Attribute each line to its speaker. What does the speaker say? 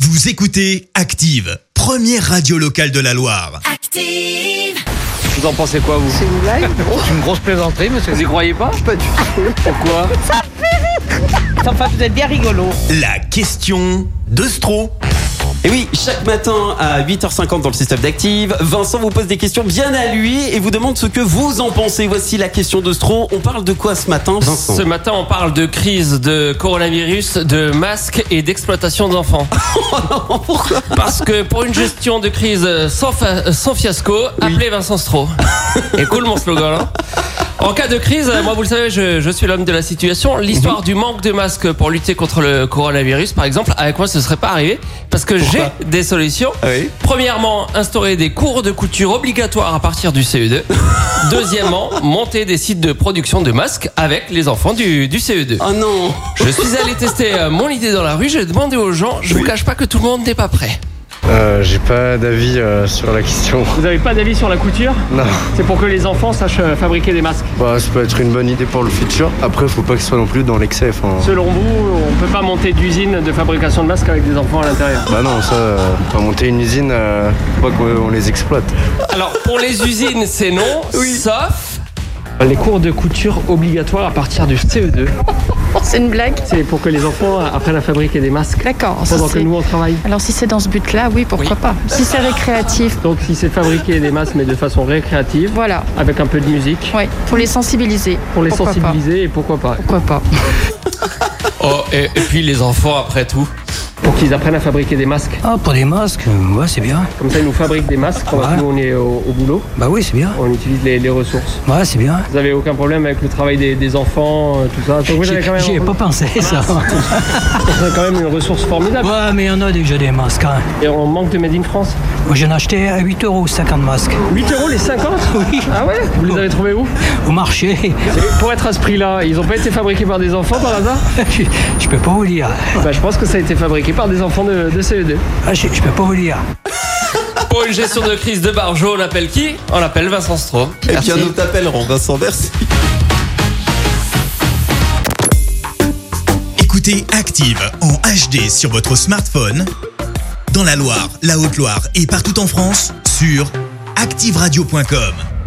Speaker 1: Vous écoutez Active, première radio locale de la Loire.
Speaker 2: Active.
Speaker 3: Vous en pensez quoi, vous
Speaker 4: C'est une blague
Speaker 3: C'est une grosse plaisanterie, monsieur Vous y croyez pas
Speaker 4: Pas du tout.
Speaker 3: Pourquoi
Speaker 4: Enfin, vous êtes bien rigolo.
Speaker 1: La question de Stro.
Speaker 5: Et oui, chaque matin à 8h50 dans le système d'Active, Vincent vous pose des questions bien à lui et vous demande ce que vous en pensez. Voici la question de Stro. On parle de quoi ce matin, Vincent
Speaker 6: Ce matin, on parle de crise de coronavirus, de masques et d'exploitation d'enfants.
Speaker 5: Pourquoi
Speaker 6: Parce que pour une gestion de crise sans, fa- sans fiasco, appelez Vincent Stroh. Et cool mon slogan. hein. en cas de crise, moi vous le savez, je, je suis l'homme de la situation. L'histoire du manque de masques pour lutter contre le coronavirus, par exemple, avec moi ce serait pas arrivé parce que j'ai des solutions.
Speaker 5: Ah Oui.
Speaker 6: Premièrement, instaurer des cours de couture obligatoires à partir du CE2. Deuxièmement, monter des sites de production de masques avec les enfants du, du CE2.
Speaker 5: Oh non
Speaker 6: Je suis allé tester euh, mon idée dans la rue, j'ai demandé aux gens, je vous cache pas que tout le monde n'est pas prêt.
Speaker 7: Euh, J'ai pas d'avis euh, sur la question.
Speaker 8: Vous n'avez pas d'avis sur la couture
Speaker 7: Non,
Speaker 8: C'est pour que les enfants sachent euh, fabriquer des masques.
Speaker 7: bah, ça peut être une bonne idée pour le futur. Après, faut pas que ce soit non plus dans l'excès. enfin.
Speaker 8: Selon vous, on peut pas monter d'usine de fabrication de masques avec des enfants à l'intérieur.
Speaker 7: Bah non, ça, euh, faut monter une usine, euh, faut pas qu'on on les exploite.
Speaker 6: Alors pour les usines, c'est non, sauf
Speaker 8: Les cours de couture obligatoires à partir du CE2.
Speaker 9: Oh, C'est une blague
Speaker 8: C'est pour que les enfants apprennent à fabriquer des masques
Speaker 9: D'accord. ça,
Speaker 8: pendant que
Speaker 9: c'est-
Speaker 8: nous on travaille.
Speaker 9: Alors si c'est dans ce but-là, oui, pourquoi pas. Si c'est récréatif,
Speaker 8: Donc si c'est fabriquer des masques mais de façon récréative,
Speaker 9: voilà.
Speaker 8: avec un peu de musique,
Speaker 9: Ouais, pour les sensibiliser.
Speaker 8: pour les
Speaker 9: Pourquoi pas.
Speaker 8: sensibiliser et pourquoi pas.
Speaker 9: Pourquoi pas
Speaker 6: oh, et, et puis les enfants après tout.
Speaker 8: Pour qu'ils apprennent à fabriquer des masques.
Speaker 3: Ah, pour des masques, euh, ouais, c'est bien.
Speaker 8: Comme ça ils nous fabriquent des masques pendant
Speaker 3: Ah Ouais.
Speaker 8: que nous on est au, au boulot,
Speaker 3: Bah oui, c'est bien.
Speaker 8: on utilise les, les ressources.
Speaker 3: Ouais, c'est bien.
Speaker 8: Vous avez aucun problème avec le travail des, des enfants, euh, tout ça. Donc vous
Speaker 3: J'y
Speaker 8: avez quand
Speaker 3: ai
Speaker 8: même
Speaker 3: j'y ai pas pensé, ça.
Speaker 8: On a quand même une ressource formidable.
Speaker 3: Ouais, mais il y en a déjà des masques. hein.
Speaker 8: Et on manque de Made in France.
Speaker 3: Moi, j'en ai acheté à 8 euros 50 masques
Speaker 8: 8 euros les 50
Speaker 3: Oui.
Speaker 8: Ah ouais Vous les avez trouvés où
Speaker 3: au marché.
Speaker 8: Et Pour être à ce prix-là, ils ont pas été fabriqués par des enfants par hasard
Speaker 3: Je je peux pas vous dire.
Speaker 8: Bah je pense que ça a été fabriqué par des enfants de, E de CE2.
Speaker 3: Ah, Je je peux pas vous dire.
Speaker 6: Pour une gestion de crise de Barjo, on appelle qui On l'appelle Vincent Stroh.
Speaker 5: Et puis un autre appel, Vincent, merci.
Speaker 1: Écoutez Active en HD sur votre smartphone, dans la Loire, la Haute-Loire et partout en France, sur activeradio.com.